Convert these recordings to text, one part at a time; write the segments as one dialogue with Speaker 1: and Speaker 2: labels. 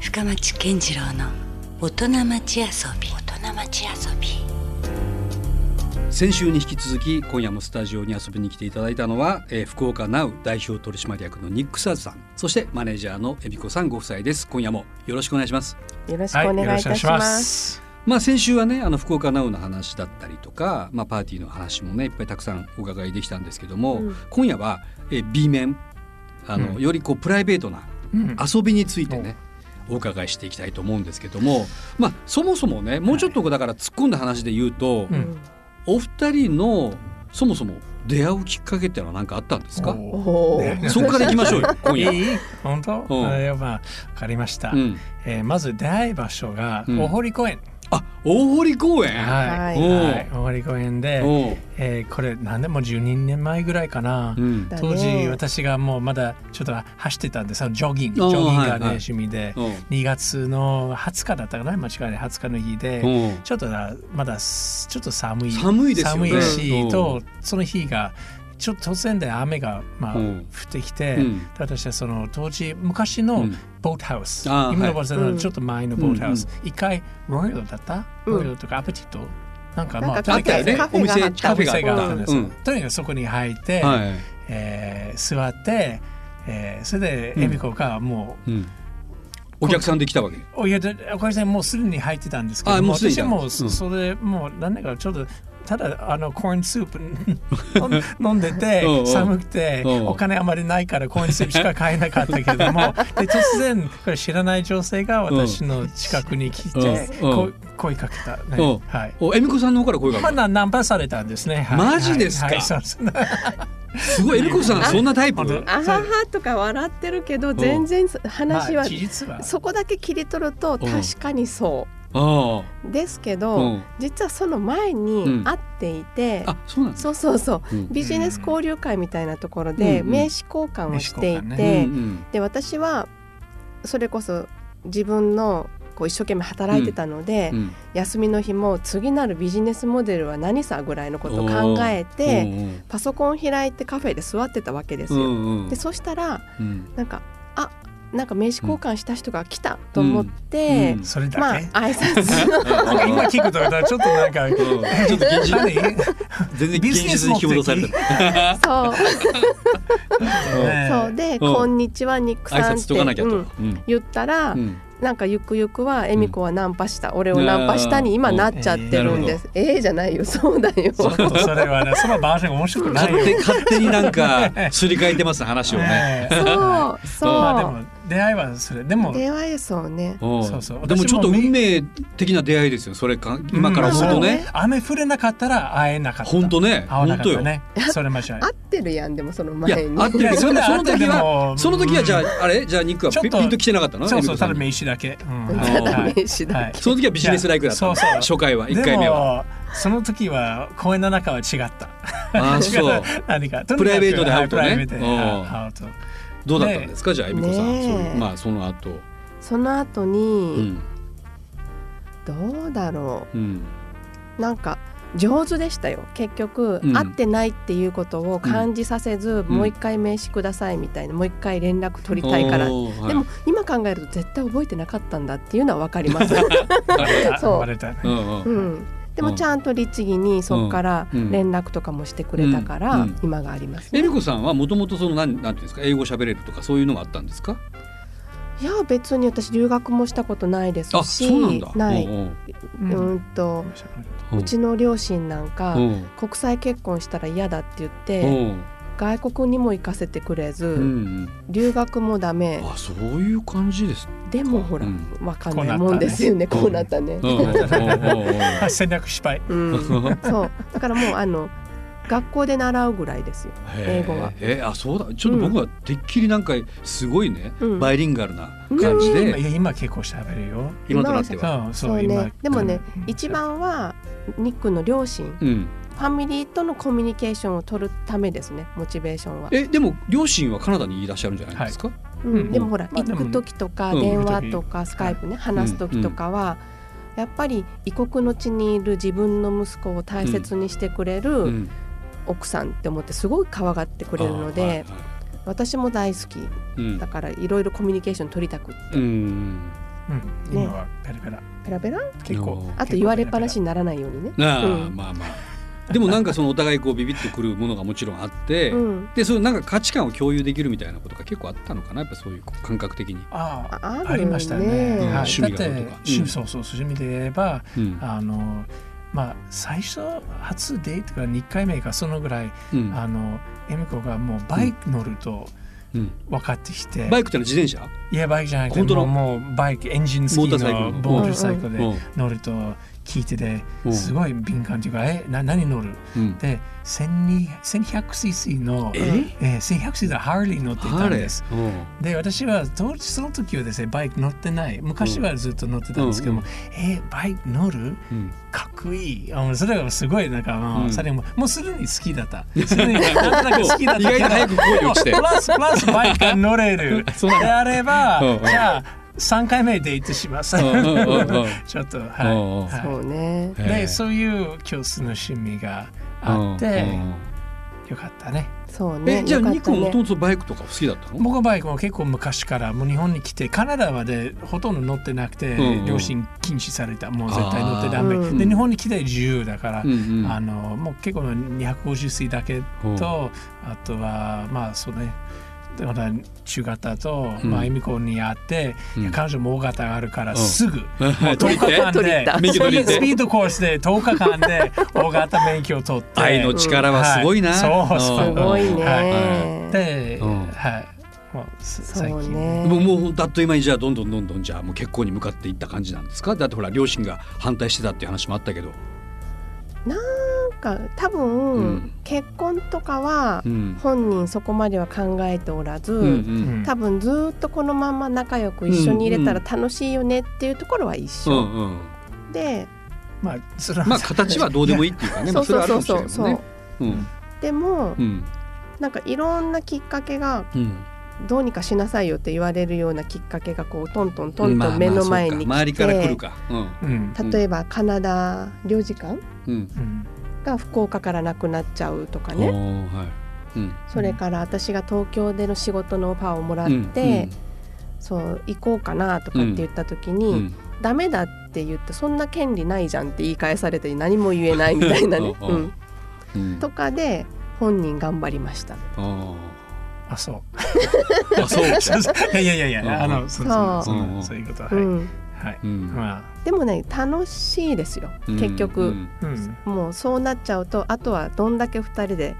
Speaker 1: 深町健次郎の大人町遊び大人町遊び
Speaker 2: 先週に引き続き今夜もスタジオに遊びに来ていただいたのは、えー福岡ナウ代表取締役のニック・サーズさんそしてマネージャーの恵美子さんご夫妻です今夜もよろしくお願いします
Speaker 3: よろしく
Speaker 4: はい、
Speaker 3: お
Speaker 4: よ
Speaker 3: 願い
Speaker 4: ろ
Speaker 3: い
Speaker 4: しくお願
Speaker 3: た
Speaker 4: い
Speaker 3: し
Speaker 4: し
Speaker 3: ま。
Speaker 4: ますす。
Speaker 2: まあ先週はねあの福岡ナウの話だったりとか、まあ、パーティーの話もねいっぱいたくさんお伺いできたんですけども、
Speaker 3: うん
Speaker 2: 今夜は、えー B 面あの、
Speaker 4: うん
Speaker 2: よりこうプライベートな
Speaker 4: うん
Speaker 2: 遊びについてね、お伺いしていきたいと思うんですけども、まあ、そもそもねもうちょっとこうだから突っ込んだ話で言うと、
Speaker 4: う
Speaker 3: うんん
Speaker 2: お二人のそもそも出会うきっかけっていうのは何かあったんですか
Speaker 4: おー
Speaker 3: おお、
Speaker 4: ね
Speaker 2: そこから行きましょう よ今夜。
Speaker 4: いい本当
Speaker 2: うん
Speaker 4: あいやまあ分かりました、
Speaker 2: うん、
Speaker 4: えーまず出会い場所が
Speaker 2: うん
Speaker 4: 大堀公園、
Speaker 2: あ大堀公園、
Speaker 4: はい、
Speaker 2: おー
Speaker 4: はい、大堀公園で、
Speaker 2: おう
Speaker 4: えーこれ何でも12年前ぐらいかな、
Speaker 2: うん
Speaker 3: だね
Speaker 4: 当時私がもうまだちょっと走ってたんでそのジョギングジ
Speaker 2: あー
Speaker 4: ョギングがね、
Speaker 2: はいはい
Speaker 4: 趣味で
Speaker 2: おう
Speaker 4: 2月の20日だったかな間違いない20日の日で、
Speaker 2: おう
Speaker 4: ちょっとなまだすちょっと寒い
Speaker 2: 寒いですよね
Speaker 4: 寒いし、
Speaker 2: うん
Speaker 4: とその日がちょっと突然で雨が、まあ
Speaker 2: うん
Speaker 4: 降ってきて、
Speaker 2: うん
Speaker 4: 私はその当時昔
Speaker 2: う
Speaker 4: の
Speaker 2: ん
Speaker 4: ボートハウス、
Speaker 2: あー
Speaker 4: 今のボートハウス
Speaker 3: はい
Speaker 4: のちょっと前のボートハウス、一回ロイヤルだった、
Speaker 3: うん
Speaker 4: ロイヤルとかアペティットなんかま
Speaker 3: な
Speaker 4: あ
Speaker 3: んか
Speaker 2: あったよね
Speaker 3: カフ
Speaker 2: お
Speaker 3: ェが
Speaker 2: 店
Speaker 3: あった
Speaker 2: カフェが
Speaker 4: お店があったんですよ、
Speaker 2: うん
Speaker 4: とにかくそこに入って、
Speaker 2: は
Speaker 4: えー座って、えーそれ
Speaker 2: う
Speaker 4: で
Speaker 2: ん
Speaker 4: 恵美子がもう
Speaker 2: い、うん、お客さんで来たわけ
Speaker 4: おいやでおかげさんもうすでに入ってたんですけ
Speaker 2: あ
Speaker 4: ど
Speaker 2: も
Speaker 4: も
Speaker 2: うすでに
Speaker 4: 私はもう
Speaker 2: うん
Speaker 4: そそれもうなんだかちょっとただあのコーンスープ 飲ん飲んでて
Speaker 2: うんうん
Speaker 4: 寒くて
Speaker 2: うん
Speaker 4: お金あまりないからコーンスープしか買えなかったけれど もで突然これ知らない女性が私の近くに来て
Speaker 2: うんうん
Speaker 4: こ声かけた
Speaker 2: うん
Speaker 4: ねはい
Speaker 2: お恵美子さんの方から声が
Speaker 4: ま
Speaker 2: かかる
Speaker 4: だナンパされたんですねはい
Speaker 2: マジですか
Speaker 4: はいはいそうですね
Speaker 2: すごい恵美子さんそんなタイプ
Speaker 4: 本当
Speaker 3: あははとか笑ってるけど全然話
Speaker 4: まあ
Speaker 3: は
Speaker 4: 事実は
Speaker 3: そこだけ切り取ると確かにそ
Speaker 2: あ
Speaker 3: うですけ
Speaker 2: あ、う
Speaker 3: ど
Speaker 2: ん、
Speaker 3: 実はその前
Speaker 2: うん
Speaker 3: に会っていて
Speaker 2: あそうなんです
Speaker 3: そうそうそう
Speaker 2: うん
Speaker 3: ビジネス交流会みたいなところで
Speaker 2: うん
Speaker 3: 名刺交換をしてい
Speaker 4: 名刺交換
Speaker 2: うん
Speaker 3: てで私はそれこそ自分のこう一生懸命働いてたので
Speaker 2: うんうん
Speaker 3: 休みの日も次なるビジネスモデルは何さぐらいのことを考えて
Speaker 2: うん
Speaker 3: パソコン開いてカフェで座ってたわけです
Speaker 2: う
Speaker 3: よ。
Speaker 2: んうん
Speaker 3: でそしたら
Speaker 2: うん
Speaker 3: なんかあなんか名刺交換した人が来たと思って、
Speaker 4: それ
Speaker 3: ま
Speaker 4: だ
Speaker 3: あ
Speaker 4: け
Speaker 3: 挨拶の
Speaker 4: なんか今聞くとちょっとなんか
Speaker 2: ちょっと現 実
Speaker 4: 何
Speaker 2: 全然現実に引き戻された。
Speaker 3: そう
Speaker 4: ね
Speaker 3: そうで「こんにちはニック
Speaker 2: 挨
Speaker 3: さん」っ
Speaker 2: 拶と
Speaker 3: て、
Speaker 2: かなきゃと。
Speaker 3: う
Speaker 2: うんん
Speaker 3: 言ったら、
Speaker 2: うん
Speaker 3: なんかゆくゆくは「恵美子はナンパした、俺をナンパした」に今なっちゃってるんです。ええじゃないよそうだよ。
Speaker 4: ちょっと それはね、そのバージョンが面白くない
Speaker 2: 勝
Speaker 4: よ。
Speaker 2: 手勝手になんか すり替えてます話をね。
Speaker 4: ねえ
Speaker 3: そうそう、
Speaker 4: まあでも出会いはそれでも
Speaker 3: 出会えそうね。
Speaker 2: うん
Speaker 4: そうそう
Speaker 2: でもちょっと
Speaker 4: 私もみ
Speaker 2: 運命的な出会いですよ。それか今から
Speaker 4: うん
Speaker 2: 本当ね
Speaker 4: そう。雨降れなかったら会えなかった。
Speaker 2: 本当ね。
Speaker 4: 会わ
Speaker 2: 本
Speaker 4: なか
Speaker 2: 当
Speaker 4: っ
Speaker 2: よ
Speaker 4: た。ね。それ間違いない
Speaker 3: 合。ってるやんでもその
Speaker 2: いや
Speaker 3: 前に。
Speaker 2: あって
Speaker 4: い
Speaker 2: る
Speaker 4: や
Speaker 2: そ
Speaker 4: そ
Speaker 2: の
Speaker 4: れは
Speaker 2: その時は
Speaker 4: あってでも
Speaker 2: その時はじゃ
Speaker 4: う
Speaker 2: ああれじゃあニックは
Speaker 4: ちょっ
Speaker 2: ピ
Speaker 4: と
Speaker 2: ピンと来てなかったの？
Speaker 4: そう
Speaker 2: 恵
Speaker 4: そう、
Speaker 2: 美子さん
Speaker 4: ただ名刺だけ。うん
Speaker 2: あ
Speaker 3: ただ
Speaker 4: はい
Speaker 3: 名刺だ
Speaker 4: はい
Speaker 3: け。
Speaker 2: その時はビジネスライクだったの。
Speaker 4: そうそう
Speaker 2: 初回は一回目
Speaker 4: で
Speaker 2: は。
Speaker 4: もその時は公園の中は違った。
Speaker 2: ああ そう。
Speaker 4: 何かとにかく
Speaker 2: プライベートで会うとね
Speaker 4: はいプライベートで
Speaker 2: うん
Speaker 4: 会うと。
Speaker 2: どうだったんですか、じゃあ恵美子さん、
Speaker 3: ねえ
Speaker 2: そういうまあその後、
Speaker 3: その後
Speaker 2: う
Speaker 3: に、
Speaker 2: ん
Speaker 3: どうだろ
Speaker 2: うん
Speaker 3: うなんか上手でしたよ結局、
Speaker 2: うん
Speaker 3: 会ってないっていうことを感じさせず、
Speaker 2: ん
Speaker 3: もう一回名刺くださいみたいなもう一回連絡取りたいから。
Speaker 2: おーはい
Speaker 3: でも今考えると絶対覚えてなかったんだっていうのは分か ります、
Speaker 4: バレた
Speaker 3: そう
Speaker 4: バレた。
Speaker 2: うんう
Speaker 3: うんん、でもちゃんと律儀にそこから
Speaker 2: うん
Speaker 3: 連絡とかもしてくれたから、
Speaker 2: うんうん
Speaker 3: 今があります、ね
Speaker 2: 恵美子さんはもともとそのなんなんていうんですか英語喋れるとかそういうのがあったんですか？
Speaker 3: いや別に私留学もしたことないです
Speaker 2: あ、
Speaker 3: し
Speaker 2: そうなんだ。
Speaker 3: いううん
Speaker 2: うん
Speaker 4: うん
Speaker 3: んとうちの両親なんか、国際結婚したら嫌だって言って、
Speaker 2: うんうん
Speaker 3: 外国にも行かせてくれず、
Speaker 2: うん
Speaker 3: 留学もダメ
Speaker 2: あ、そういう感じです。
Speaker 3: でもほら、
Speaker 2: うん
Speaker 3: わかんないもんですよね
Speaker 2: こ
Speaker 3: こ
Speaker 2: う
Speaker 3: う
Speaker 2: な
Speaker 3: な
Speaker 2: っ
Speaker 3: ったね。
Speaker 2: うんうんうん
Speaker 4: あ戦略失敗。
Speaker 3: うん、
Speaker 2: うん
Speaker 3: そうだからもうあの学校で習うぐらいですよ。英語
Speaker 2: へ
Speaker 3: は
Speaker 2: え、えあ、そうだ。ちょっと僕はてっきりなんかすごいね、
Speaker 3: うん
Speaker 2: バイリンガルな感じ
Speaker 4: 今
Speaker 2: で
Speaker 4: いや今結構喋るよ。
Speaker 2: 今となっては。
Speaker 4: そう
Speaker 3: そ
Speaker 4: そうう今
Speaker 3: ね。でもね、
Speaker 4: うん
Speaker 3: 一番はニックの両親
Speaker 2: うん。
Speaker 3: ファミリーとのコミュニケーションを取るためですねモチベーションは。
Speaker 2: え、でも両親はカナダにいらっしゃるんじゃないですか？
Speaker 3: うん
Speaker 4: うん
Speaker 3: でもほら、
Speaker 4: まあで
Speaker 3: 行
Speaker 4: も
Speaker 3: く時とか
Speaker 2: うん
Speaker 3: 電話とかスカイプね、話す時とかは、やっぱり異国の地にいる自分の息子を大切にしてくれ
Speaker 2: う
Speaker 3: る
Speaker 2: ん。
Speaker 3: 奥さんって思ってすごい可愛がってく
Speaker 2: く
Speaker 3: れるので、私も大好き
Speaker 2: うん
Speaker 3: だからいろいろコミュニケーション取りたくって、
Speaker 2: うん。
Speaker 4: うん、今はペラペラ、
Speaker 3: ペラペラ
Speaker 4: 結構
Speaker 2: お
Speaker 3: あと言われっぱなしにならないようにね。
Speaker 2: ああ、
Speaker 3: うん
Speaker 2: まあまあでもなんかそのお互いこうビビってくるものがもちろんあって、
Speaker 3: うん、
Speaker 2: でそのなんか価値観を共有できるみたいなことが結構あったのかなやっぱそういうこう感覚的に、
Speaker 4: ああ
Speaker 3: あ
Speaker 4: ありましたよね。
Speaker 2: うん
Speaker 4: はい、
Speaker 2: 趣
Speaker 4: だっ
Speaker 2: 味
Speaker 4: て
Speaker 2: がどうとかうん
Speaker 4: 趣味そうそう趣味で言えば、
Speaker 2: うん
Speaker 4: あのまあ最初初デートが2回目がそのぐらい、
Speaker 2: うん
Speaker 4: あの恵美子がもうバイク乗ると
Speaker 2: うん
Speaker 4: 分かってきて、
Speaker 2: バイクってのは自転車、
Speaker 4: いやバイクじゃなくて
Speaker 2: 本当
Speaker 4: も
Speaker 2: の
Speaker 4: うもうバイクエンジン付き
Speaker 2: モーターサイク
Speaker 4: の
Speaker 2: ルの
Speaker 4: ボールサイクル
Speaker 2: うん
Speaker 4: で乗ると聞いてて
Speaker 2: うん
Speaker 4: すごい敏感というかえな何乗る
Speaker 2: うん、
Speaker 4: で 1200cc の
Speaker 2: え
Speaker 4: えー 1100cc のハーリー乗っていたんです。
Speaker 2: あれうん
Speaker 4: で私は当時その時はですねバイク乗ってない昔はずっと乗ってたんですけども、えーバイク乗る
Speaker 2: うん
Speaker 4: かっこいいあもうそれはすごいなんか、まあ
Speaker 2: うん
Speaker 4: それももうすでに好き だったすでになんとなく好きだったけど
Speaker 2: 意外と早く恋をして
Speaker 4: でもプラスプラスバイクが乗れる
Speaker 2: そう
Speaker 4: であれば
Speaker 2: うんうん
Speaker 4: じゃあ3回目デートします
Speaker 2: うんうんうんうん
Speaker 4: ちょっとはい、
Speaker 2: うんうん
Speaker 4: はい
Speaker 3: そうね。
Speaker 2: へえ
Speaker 4: でそういう教室の趣味があって、
Speaker 2: うん
Speaker 4: よかったね
Speaker 3: そう
Speaker 2: うん
Speaker 3: ね。
Speaker 2: えじゃあ
Speaker 3: よかっ
Speaker 2: ニ
Speaker 3: た
Speaker 2: コも
Speaker 3: ね
Speaker 2: ともとバイクとか好きだったの
Speaker 4: 僕はバイクも結構昔からもう日本に来てカナダまでほとんど乗ってなくて、
Speaker 2: うんうん
Speaker 4: 両親禁止されたもう絶対乗ってダメ、
Speaker 3: あーうん
Speaker 4: で日本に来て自由だから、
Speaker 2: うんうん
Speaker 4: あのもう結構 250cc だけ
Speaker 2: う
Speaker 4: と、
Speaker 2: ん
Speaker 4: あとはまあそうねだから中型と、
Speaker 2: うん
Speaker 4: まあ、恵美子に会って、
Speaker 2: うん
Speaker 4: いや彼女も大型があるから
Speaker 2: ん
Speaker 4: す ぐ、
Speaker 2: はい
Speaker 4: 10日間
Speaker 3: 取りに
Speaker 4: で
Speaker 3: 行った
Speaker 2: 免許取りに行って
Speaker 4: スピードコースで10日間で大型免許を取って
Speaker 2: 愛の力はすごいな、
Speaker 4: はいそう
Speaker 2: うん
Speaker 4: そ
Speaker 3: すごいね。
Speaker 2: は
Speaker 4: で、
Speaker 2: うん
Speaker 4: はいもうす
Speaker 3: そ
Speaker 4: 最
Speaker 3: う
Speaker 4: 近
Speaker 3: ね。
Speaker 2: もうもう本当あっという間にじゃあどんどんどんどんじゃあもう結婚に向かっていった感じなんですかだってほら両親が反対してたっていう話もあったけど、
Speaker 3: なんか多分、
Speaker 2: うん
Speaker 3: 結婚とかは
Speaker 2: うん
Speaker 3: 本人そこまでは考えておらず、
Speaker 2: うん
Speaker 4: うん
Speaker 3: 多分ずーっとこのまま仲良く一緒にいれたら楽しいよねっていうところは一
Speaker 2: うんう
Speaker 3: 緒、
Speaker 2: んうん
Speaker 3: で、
Speaker 4: まあそれは
Speaker 2: まあ形はどうでもいいっていうかねま
Speaker 3: そ
Speaker 2: あ
Speaker 3: うそ
Speaker 2: れ
Speaker 3: う
Speaker 2: はある
Speaker 3: そ
Speaker 2: かもしれ
Speaker 3: うそ
Speaker 2: な
Speaker 3: う
Speaker 2: い
Speaker 3: そ
Speaker 2: も
Speaker 3: うん
Speaker 2: ねうん
Speaker 3: でも
Speaker 2: うん
Speaker 3: なんかいろんなきっかけが
Speaker 2: うん
Speaker 3: どうにかしなさいよって言われるようなきっかけがこうトントントン
Speaker 2: まあ
Speaker 3: ト
Speaker 2: まあ
Speaker 3: ン目の前に
Speaker 2: そうか周
Speaker 3: 来
Speaker 2: りから来
Speaker 3: て
Speaker 2: るかうん
Speaker 4: うん
Speaker 2: うん
Speaker 3: 例えばカナダ領事館
Speaker 2: うん
Speaker 4: うん
Speaker 3: が福岡からなくなっちゃうとか
Speaker 2: お
Speaker 3: ね
Speaker 2: ーはいうん
Speaker 3: それから私が東京での仕事のオファーをもらって、そう行こうかなとかって言った時に、
Speaker 2: うんうん
Speaker 3: ダメだって言ってそんな権利ないじゃんって言い返されて何も言えないみたいなね、
Speaker 2: うんう
Speaker 3: うんん、
Speaker 2: うん
Speaker 3: とかで本人頑張りました
Speaker 2: あ
Speaker 4: あそう
Speaker 2: ーあそう
Speaker 4: そうそう いやいやいやいやあ
Speaker 2: うん
Speaker 4: のそうそう
Speaker 2: そう
Speaker 4: そうそういうことはいうは
Speaker 3: ん、
Speaker 4: い
Speaker 2: うん
Speaker 4: まあ
Speaker 3: でもね楽しいですよ結局、
Speaker 2: うん
Speaker 4: うん
Speaker 3: もうそうなっちゃうとあとはどんだけ2人で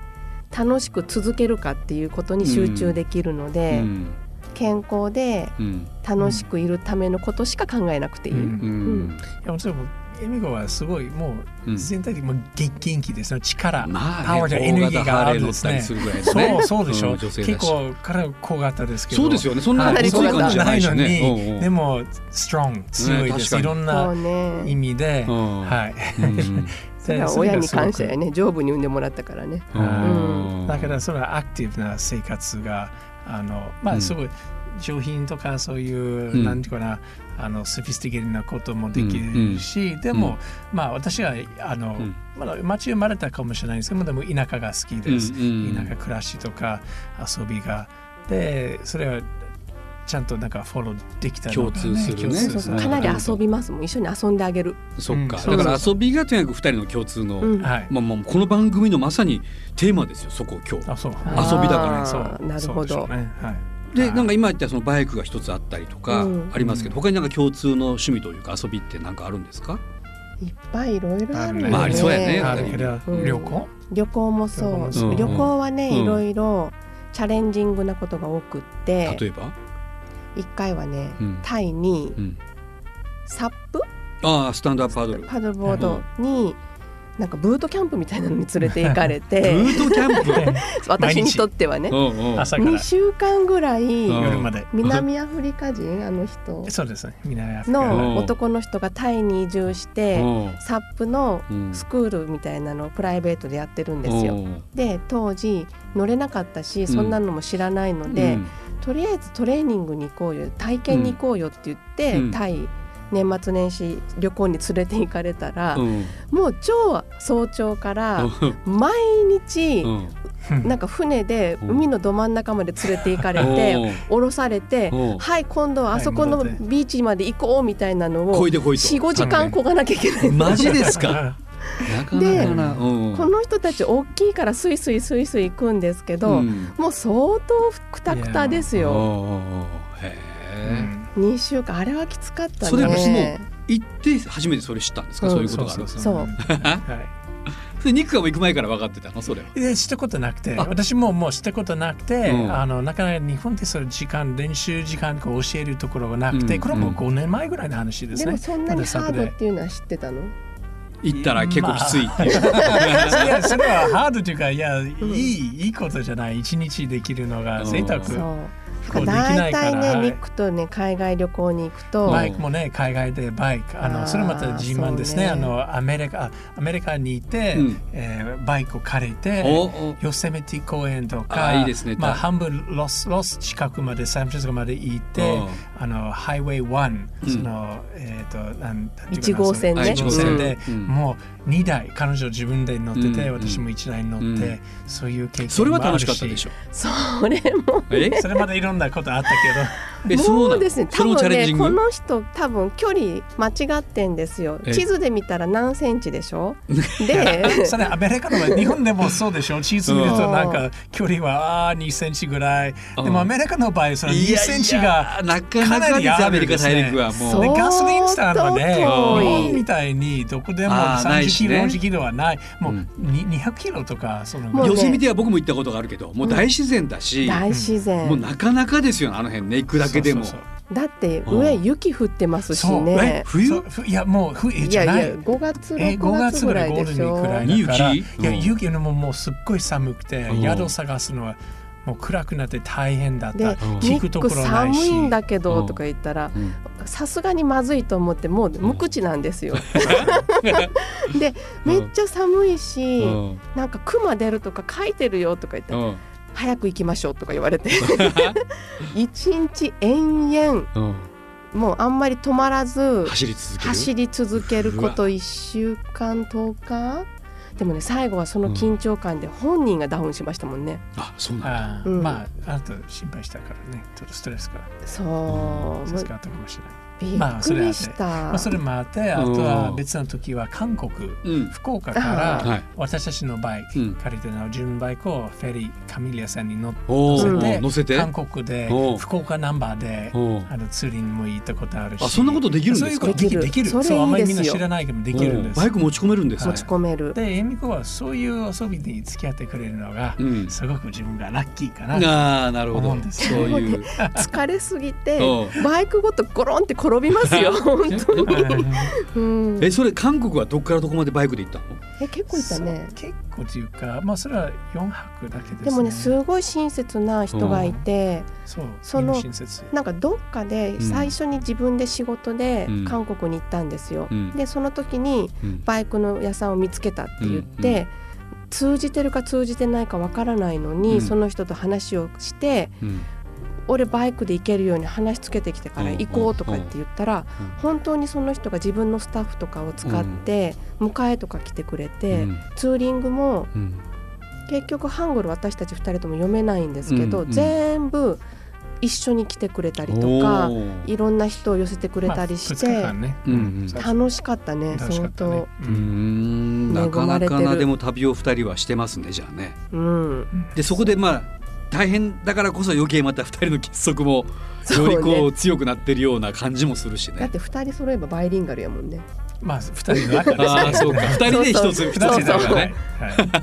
Speaker 3: 楽しく続けるかっていうことに集中できるの
Speaker 2: う
Speaker 3: で、
Speaker 2: ん
Speaker 3: 健康で
Speaker 2: うん
Speaker 3: 楽しくいるためのことしか考えなくていい、
Speaker 4: うん
Speaker 2: うんうん
Speaker 4: いやもちろん恵美子はすごいも
Speaker 2: う
Speaker 4: うん全体的にもう元元気ですの力
Speaker 2: ま
Speaker 4: パワ
Speaker 2: あ
Speaker 4: ーじゃ
Speaker 2: ね
Speaker 4: エネルギーがあるんです
Speaker 2: 大型ハーレー乗ったり
Speaker 4: ね
Speaker 2: するぐらいのね
Speaker 4: そうそうでし
Speaker 2: う
Speaker 4: ょ
Speaker 2: ん女性だし
Speaker 4: 結構彼は小型ですけど
Speaker 2: そうですよねそんな
Speaker 4: かなり
Speaker 2: ごつい感じじゃないし
Speaker 4: 小型
Speaker 2: ね
Speaker 4: なのに
Speaker 2: うんうん
Speaker 4: でもストロング強いで
Speaker 2: ね確
Speaker 4: す
Speaker 2: かに
Speaker 4: いろん
Speaker 3: そ
Speaker 4: な
Speaker 3: う
Speaker 4: 意
Speaker 3: ね
Speaker 4: 味で
Speaker 2: うん
Speaker 4: はい
Speaker 2: うん
Speaker 3: それは親に感謝やね丈夫に産んでもらったからね
Speaker 2: うん
Speaker 4: だからそのアクティブな生活があのま
Speaker 2: うん
Speaker 4: あすごい上品とかそういう、
Speaker 2: ん
Speaker 4: なんていうかなあのソフィスティケーなこともでき
Speaker 2: うん
Speaker 4: るし、でも、まあ私はあの、
Speaker 2: うん
Speaker 4: まだ町生まれたかもしれないですけどでも田舎が好きです、
Speaker 2: うんうん
Speaker 4: 田舎暮らしとか遊びがでそれはちゃんとなんかフォローできたのが、
Speaker 2: 共通するね
Speaker 4: 共
Speaker 3: そう
Speaker 4: 通
Speaker 3: そう
Speaker 4: す
Speaker 3: そ
Speaker 4: る
Speaker 3: うかなり遊びますもん一緒に遊んであげる、
Speaker 2: そっか、
Speaker 4: うん
Speaker 2: だから遊びがとにかく二人の共通の、
Speaker 3: うん
Speaker 4: はい、
Speaker 2: まあ、まあこの番組のまさにテーマですよそこ今日
Speaker 4: あそう遊
Speaker 2: 遊びだからね
Speaker 3: あーなるほど、
Speaker 4: ねはい
Speaker 2: で
Speaker 4: はい
Speaker 2: なんか今言ったそのバイクが一つあったりとか
Speaker 3: うん
Speaker 2: ありますけど、他になんか共通の趣味というか遊びってなんかあるんですか、
Speaker 3: いっぱいいろいろあるよね、
Speaker 2: まあありそうやね
Speaker 4: あるけど
Speaker 3: うん
Speaker 4: 旅行
Speaker 3: 旅行もそう
Speaker 4: 旅行も
Speaker 2: そう
Speaker 3: 旅行はね、
Speaker 2: うん
Speaker 3: いろいろチャレンジングなことが多くって
Speaker 2: 例えば、
Speaker 3: 一回はね、
Speaker 2: うん
Speaker 3: タイに
Speaker 2: うん、
Speaker 3: サップ
Speaker 2: ああスタンドアップパドルブ
Speaker 3: パドルボードに、なんかブートキャンプみたいなのに連れて行かれて
Speaker 2: ートキャン プ
Speaker 3: 私にとってはね
Speaker 2: うんうん
Speaker 4: 朝から
Speaker 3: 2週間ぐらい
Speaker 2: うん
Speaker 4: 夜まで
Speaker 3: 南アフリカ人あの人
Speaker 4: そうですね。南アフリカ
Speaker 2: うん
Speaker 3: の男の人がタイに移住してサップの
Speaker 2: うん
Speaker 3: スクールみたいなのをプライベートでやってるんです
Speaker 2: う
Speaker 3: よ。
Speaker 2: ん
Speaker 3: で当時乗れなかったしそんなのも知らないの
Speaker 2: う
Speaker 3: で、
Speaker 2: ん
Speaker 3: とりあえずトレーニングに行こうよ体験に行こうよって言って、
Speaker 2: うん
Speaker 3: タイ年末年始旅行に連れて行かれたら、
Speaker 2: うん
Speaker 3: もう超早朝から毎日、
Speaker 2: うん
Speaker 3: なんか船で
Speaker 2: うん
Speaker 3: 海のど真ん中まで連れて行かれて降ろされて
Speaker 2: うん
Speaker 3: はい今度はあそこの
Speaker 4: はい戻って
Speaker 3: ビーチまで行こうみたいなの
Speaker 2: こ
Speaker 3: を
Speaker 2: いでこいと
Speaker 3: 45時間こがなきゃいけない
Speaker 2: マジですかなかなかな、うん
Speaker 3: この人たち大きいからスイスイスイスイ行くんですけど、
Speaker 2: ん
Speaker 3: もう相当くたくたです
Speaker 2: おー
Speaker 3: よ
Speaker 2: おーへ
Speaker 4: う
Speaker 2: え、
Speaker 4: ん
Speaker 3: 2週間あれはきつかった
Speaker 2: それも
Speaker 3: ね
Speaker 2: 行って初めてそれ知ったんですか、
Speaker 3: うん
Speaker 2: そういうことがあるそ
Speaker 3: そう
Speaker 4: は
Speaker 2: れニックがもう行く前から分かってたのそれは、
Speaker 4: いでしたことなくて
Speaker 2: あ
Speaker 4: 私ももうしたことなくて、
Speaker 2: うん
Speaker 4: あのなかなか日本でそういう時間練習時間こう教えるところがなくて、
Speaker 2: うん
Speaker 4: これはもう5年前ぐらいの話です
Speaker 3: で
Speaker 4: ね。
Speaker 3: もそんなにハード っていうのは知ってたの
Speaker 2: 行ったら結構きついっていう、
Speaker 4: いやそれはハードというかいやいいいいことじゃない一日できるのが贅沢
Speaker 3: そう
Speaker 4: 不
Speaker 3: だ
Speaker 4: 幸で
Speaker 3: から大
Speaker 4: きないから
Speaker 3: 体
Speaker 4: は
Speaker 3: ね
Speaker 4: い
Speaker 3: ニックとね海外旅行に行くと、
Speaker 4: バイクもね海外でバイクあ
Speaker 3: あー
Speaker 4: のそれまた自慢ですね
Speaker 3: そう
Speaker 4: あ
Speaker 3: ね
Speaker 4: のアメリカあアメリカにいて、
Speaker 2: うん
Speaker 4: えーバイクを借り
Speaker 2: お
Speaker 4: て
Speaker 2: お
Speaker 4: ヨセミティ公園と
Speaker 2: あ
Speaker 4: か
Speaker 2: ーいいですね
Speaker 4: まあ、半分ロスロス近くまでサンフランシスコまで行って
Speaker 2: うん
Speaker 4: あのハイウェイ1、
Speaker 2: うん
Speaker 4: そのえっ、となんなんていうかな
Speaker 3: 一号線ね
Speaker 4: その一号線で、
Speaker 2: うん
Speaker 4: もう2台彼女自分で乗ってて、
Speaker 2: うん
Speaker 4: 私も1台乗って、
Speaker 2: うん
Speaker 4: そういう経験もあるし
Speaker 2: それは楽しかったでしょ
Speaker 3: それも
Speaker 2: え
Speaker 4: それまでいろんなことあった
Speaker 2: えそう
Speaker 3: も
Speaker 2: な
Speaker 3: う
Speaker 2: の
Speaker 3: ですね
Speaker 2: そ
Speaker 3: 多
Speaker 2: れもチャ
Speaker 3: 分
Speaker 2: レンジ
Speaker 3: ね
Speaker 2: ン
Speaker 3: こ
Speaker 2: グ
Speaker 3: の人多分距離間違ってんですよ
Speaker 2: え
Speaker 3: 地図で見たら何センチでし ょで
Speaker 4: けど それアメリカの場合日本でもそうでしょ地図見る
Speaker 3: う
Speaker 4: と
Speaker 3: ん
Speaker 4: なんか距離はあー2センチぐらいで
Speaker 2: うん
Speaker 4: もアメリカの場合その2センチが
Speaker 2: いやいやなかなかですアメリカ大陸はもう
Speaker 3: そう
Speaker 4: でガソリンスタンドはね日
Speaker 3: 相
Speaker 2: 当遠い
Speaker 4: 本みたいにどこでも
Speaker 2: あーない
Speaker 4: 30
Speaker 2: し
Speaker 4: キロ
Speaker 2: ね
Speaker 4: 40キロはないもう
Speaker 2: うん
Speaker 4: に200キロとかその
Speaker 3: もうね
Speaker 2: 寄せ見ては僕も行ったことがあるけどもう大自然だし、
Speaker 3: 大自
Speaker 2: もう
Speaker 3: 然
Speaker 2: なかなかですよねあの辺ね行くだけでも
Speaker 4: そうそう
Speaker 3: だって上雪降ってますし
Speaker 4: そう
Speaker 2: え
Speaker 3: ね
Speaker 4: そ
Speaker 2: 冬
Speaker 4: うそうふいやもう冬
Speaker 3: い
Speaker 4: じ
Speaker 3: や
Speaker 4: ゃ
Speaker 3: いや
Speaker 4: ない
Speaker 3: 5月
Speaker 4: え
Speaker 3: 6
Speaker 4: 5
Speaker 3: 月
Speaker 4: 月
Speaker 3: ぐ
Speaker 4: ぐ
Speaker 3: ら
Speaker 4: ら
Speaker 3: い
Speaker 4: いゴー
Speaker 3: で
Speaker 4: ル
Speaker 3: し
Speaker 4: デンウィー
Speaker 3: ょ
Speaker 4: クぐらい
Speaker 2: に
Speaker 4: だから
Speaker 2: 雪
Speaker 4: いや
Speaker 2: うん
Speaker 4: 雪のももうすっごい寒くて、
Speaker 2: うん
Speaker 4: 宿探すのはもう暗くなって大変だっ
Speaker 3: で
Speaker 4: た
Speaker 2: ん
Speaker 3: ニ
Speaker 4: 聞く
Speaker 3: ッ
Speaker 4: と
Speaker 3: ク
Speaker 4: ころない
Speaker 3: 寒い
Speaker 4: し
Speaker 3: んだけどとか言ったら
Speaker 2: うん
Speaker 3: さすがにまずいと思ってもう無口なんですよでめっちゃ寒いし
Speaker 2: うん
Speaker 3: なんか熊出るとか書いてるよとか言ったら
Speaker 2: うん
Speaker 3: 早く行きましょうとか言われて一日延々
Speaker 2: うん
Speaker 3: もうあんまり止まらず
Speaker 2: 走り続ける
Speaker 3: 走り続けること1週間10日でもね最後はその緊張感で本人がダウンしましたもんね、
Speaker 2: あそうなんだ
Speaker 4: あー、
Speaker 3: うん
Speaker 4: まああと心配したからねちょっとストレスが
Speaker 3: そう
Speaker 4: ストレスがあったかもしれない、
Speaker 3: びっくりした、
Speaker 4: まあ、それもあってあとは別の時は韓国
Speaker 2: うん
Speaker 4: 福岡か
Speaker 3: あ
Speaker 4: ら
Speaker 3: ー
Speaker 2: はい
Speaker 4: 私たちのバイク、
Speaker 2: うん
Speaker 4: 借りての純バイクをフェリーカミリアさんに乗っ
Speaker 2: お
Speaker 3: 乗せ
Speaker 2: ー
Speaker 3: て
Speaker 2: 乗せて
Speaker 4: 韓国で
Speaker 2: おう
Speaker 4: 福岡ナンバーで
Speaker 2: おう
Speaker 4: あのツーリングも行ったことあるし
Speaker 2: あそんなことできるんですか
Speaker 4: そういうことできる
Speaker 3: で
Speaker 4: で
Speaker 3: き
Speaker 4: き
Speaker 3: る
Speaker 4: る
Speaker 3: それ
Speaker 4: そうあんまりみん
Speaker 3: いい
Speaker 4: な
Speaker 3: ですよ
Speaker 4: 知らないけどできるんです
Speaker 2: バイク持ち込めるんです
Speaker 3: 持
Speaker 2: か
Speaker 3: ち込める、
Speaker 4: で恵美子はそういう遊びに付き合ってくれるのが、
Speaker 2: うん
Speaker 4: すごく自分がラッキーかな
Speaker 2: ああなるほ
Speaker 4: 思
Speaker 2: ど
Speaker 4: うんです
Speaker 2: そう いう
Speaker 3: 疲れすぎて
Speaker 2: う
Speaker 3: バイクごとゴロンって転びますよ本当に、うん、え
Speaker 2: えそれ韓国はどこからどこまでバイクで行ったの
Speaker 3: 結構いたね
Speaker 4: 結構というかまあそれは4泊だけです、ね、
Speaker 3: でもねすごい親切な人がいて、
Speaker 4: そう
Speaker 3: そ
Speaker 4: みん
Speaker 3: の
Speaker 4: な親切
Speaker 3: なんかどっかで最初に自分で仕事で韓国に行ったんですよ。
Speaker 2: うん
Speaker 3: でその時に
Speaker 2: うん
Speaker 3: バイクの屋さんを見つけたって言って、
Speaker 2: うんう
Speaker 3: 通じてるか通じてないかわからないのに、
Speaker 2: うん
Speaker 3: その人と話をして
Speaker 2: うん
Speaker 3: 俺バイクで行けるように話つけてきてから
Speaker 2: うん
Speaker 3: 行こうとかって言ったら、
Speaker 2: うん
Speaker 3: 本当にその人が自分のスタッフとかを使って迎えとか来てくれて、
Speaker 2: うん
Speaker 3: ツーリングも
Speaker 2: うん
Speaker 3: 結局ハングル私たち2人とも読めないんですけど、
Speaker 2: うんうん
Speaker 3: 全部一緒に来てくれたりとか。
Speaker 2: おー
Speaker 3: いろんな人を寄せてくれたりして、
Speaker 4: まあ、2日間ね、
Speaker 2: うんうん
Speaker 4: そう
Speaker 3: 楽しかったね
Speaker 4: 楽しか
Speaker 3: 相
Speaker 4: った
Speaker 3: 当、
Speaker 4: ね
Speaker 2: う
Speaker 4: う
Speaker 2: ー
Speaker 4: ん
Speaker 2: んな
Speaker 3: 恵
Speaker 2: か
Speaker 3: ま
Speaker 2: な
Speaker 3: れて
Speaker 2: か
Speaker 3: る
Speaker 2: なでも旅を二人はしてますねじゃあね
Speaker 3: うん、
Speaker 2: でそこでまあ大変だからこそ余計また二人の結束も
Speaker 3: そう
Speaker 2: よ
Speaker 3: ね
Speaker 2: りこう強くなってるような感じもするし
Speaker 3: だっ
Speaker 2: ね
Speaker 3: て二人揃えばバイリンガルやもんね
Speaker 4: まあ2人の中ですね
Speaker 2: ああ そうか二人で一つ
Speaker 3: そう
Speaker 2: 一つ
Speaker 3: そう
Speaker 2: だからね
Speaker 4: はい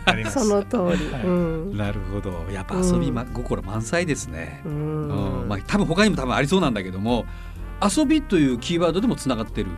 Speaker 4: あります
Speaker 3: その通り、
Speaker 4: はい
Speaker 3: うん、
Speaker 2: なるほどやっぱ遊びま心満載ですね
Speaker 3: う
Speaker 2: うん
Speaker 3: ん
Speaker 2: まあ多分他にも多分ありそうなんだけども遊びというキーワードでもつながってる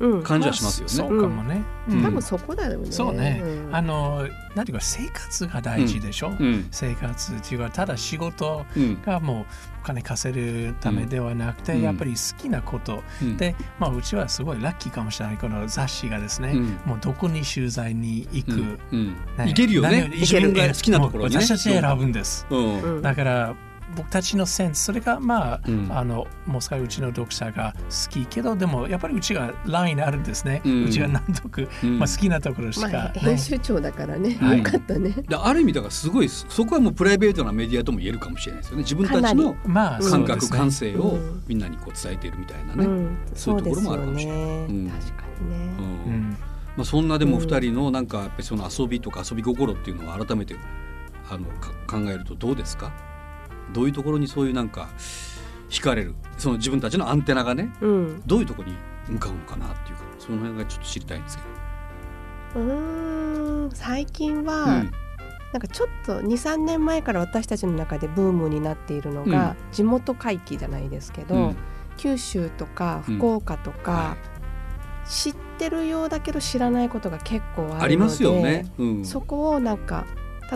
Speaker 3: うん
Speaker 2: 感じはしますよね
Speaker 4: あそうかもね、
Speaker 2: うん
Speaker 4: うん
Speaker 3: 多分そこだよね、
Speaker 4: そうね、
Speaker 3: ん
Speaker 4: あの何ていうか生活が大事でしょ、
Speaker 2: うん
Speaker 4: 生活っていうかただ仕事
Speaker 2: うん
Speaker 4: がもうお金稼げるためではなくて、
Speaker 2: うん
Speaker 4: やっぱり好きなこと、
Speaker 2: うん
Speaker 4: で、まあ、うちはすごいラッキーかもしれないこの雑誌がですね、
Speaker 2: うん
Speaker 4: もうどこに取材に行く、
Speaker 2: うんうん
Speaker 4: ね
Speaker 2: いけるよね
Speaker 4: 何を
Speaker 2: 自分が好きなところにね
Speaker 4: もう私たち選ぶんです、
Speaker 2: うん
Speaker 3: うん
Speaker 4: だから僕たちのセンスそれがまあ,、
Speaker 2: うん
Speaker 4: あのもうすかうちの読者が好きけどでもやっぱりうちがラインあるんですね、
Speaker 2: う
Speaker 4: うんちが納得、
Speaker 2: うん
Speaker 4: まあ、好きなところしか、
Speaker 3: まあ、
Speaker 4: ね
Speaker 3: 編集長だからね、
Speaker 2: はい
Speaker 3: よかったね。
Speaker 2: である意味だからすごいそそこはもうプライベートなメディアとも言えるかもしれないですよね自分たちの
Speaker 4: まあ
Speaker 2: 感覚、
Speaker 4: そうですね
Speaker 2: 感性を
Speaker 3: うん
Speaker 2: みんなにこう伝えているみたいな
Speaker 3: う
Speaker 2: ね、
Speaker 3: ん、
Speaker 2: そういうところもあるかもしれない
Speaker 3: そうですよね
Speaker 2: うん
Speaker 3: 確かにね。
Speaker 2: うん
Speaker 4: うん
Speaker 2: まあ、そんなでも
Speaker 3: うん
Speaker 2: 2人のなんかやっぱりその遊びとか遊び心っていうのを改めてあのか考えるとどうですかどういうところにそういうなんか惹かれるその自分たちのアンテナがね
Speaker 3: うん、
Speaker 2: どういうところに向かうのかなっていうかその辺がちょっと知りたいんですけど。
Speaker 3: うーん最近は、
Speaker 2: うん
Speaker 3: なんかちょっと23年前から私たちの中でブームになっているのが、地元回帰じゃないですけど、
Speaker 2: うん
Speaker 3: 九州とか
Speaker 2: うん
Speaker 3: 福岡とか
Speaker 2: は、
Speaker 3: 知ってるようだけど知らないことが結構あるので
Speaker 2: ありますよね。うん
Speaker 3: そこをなんか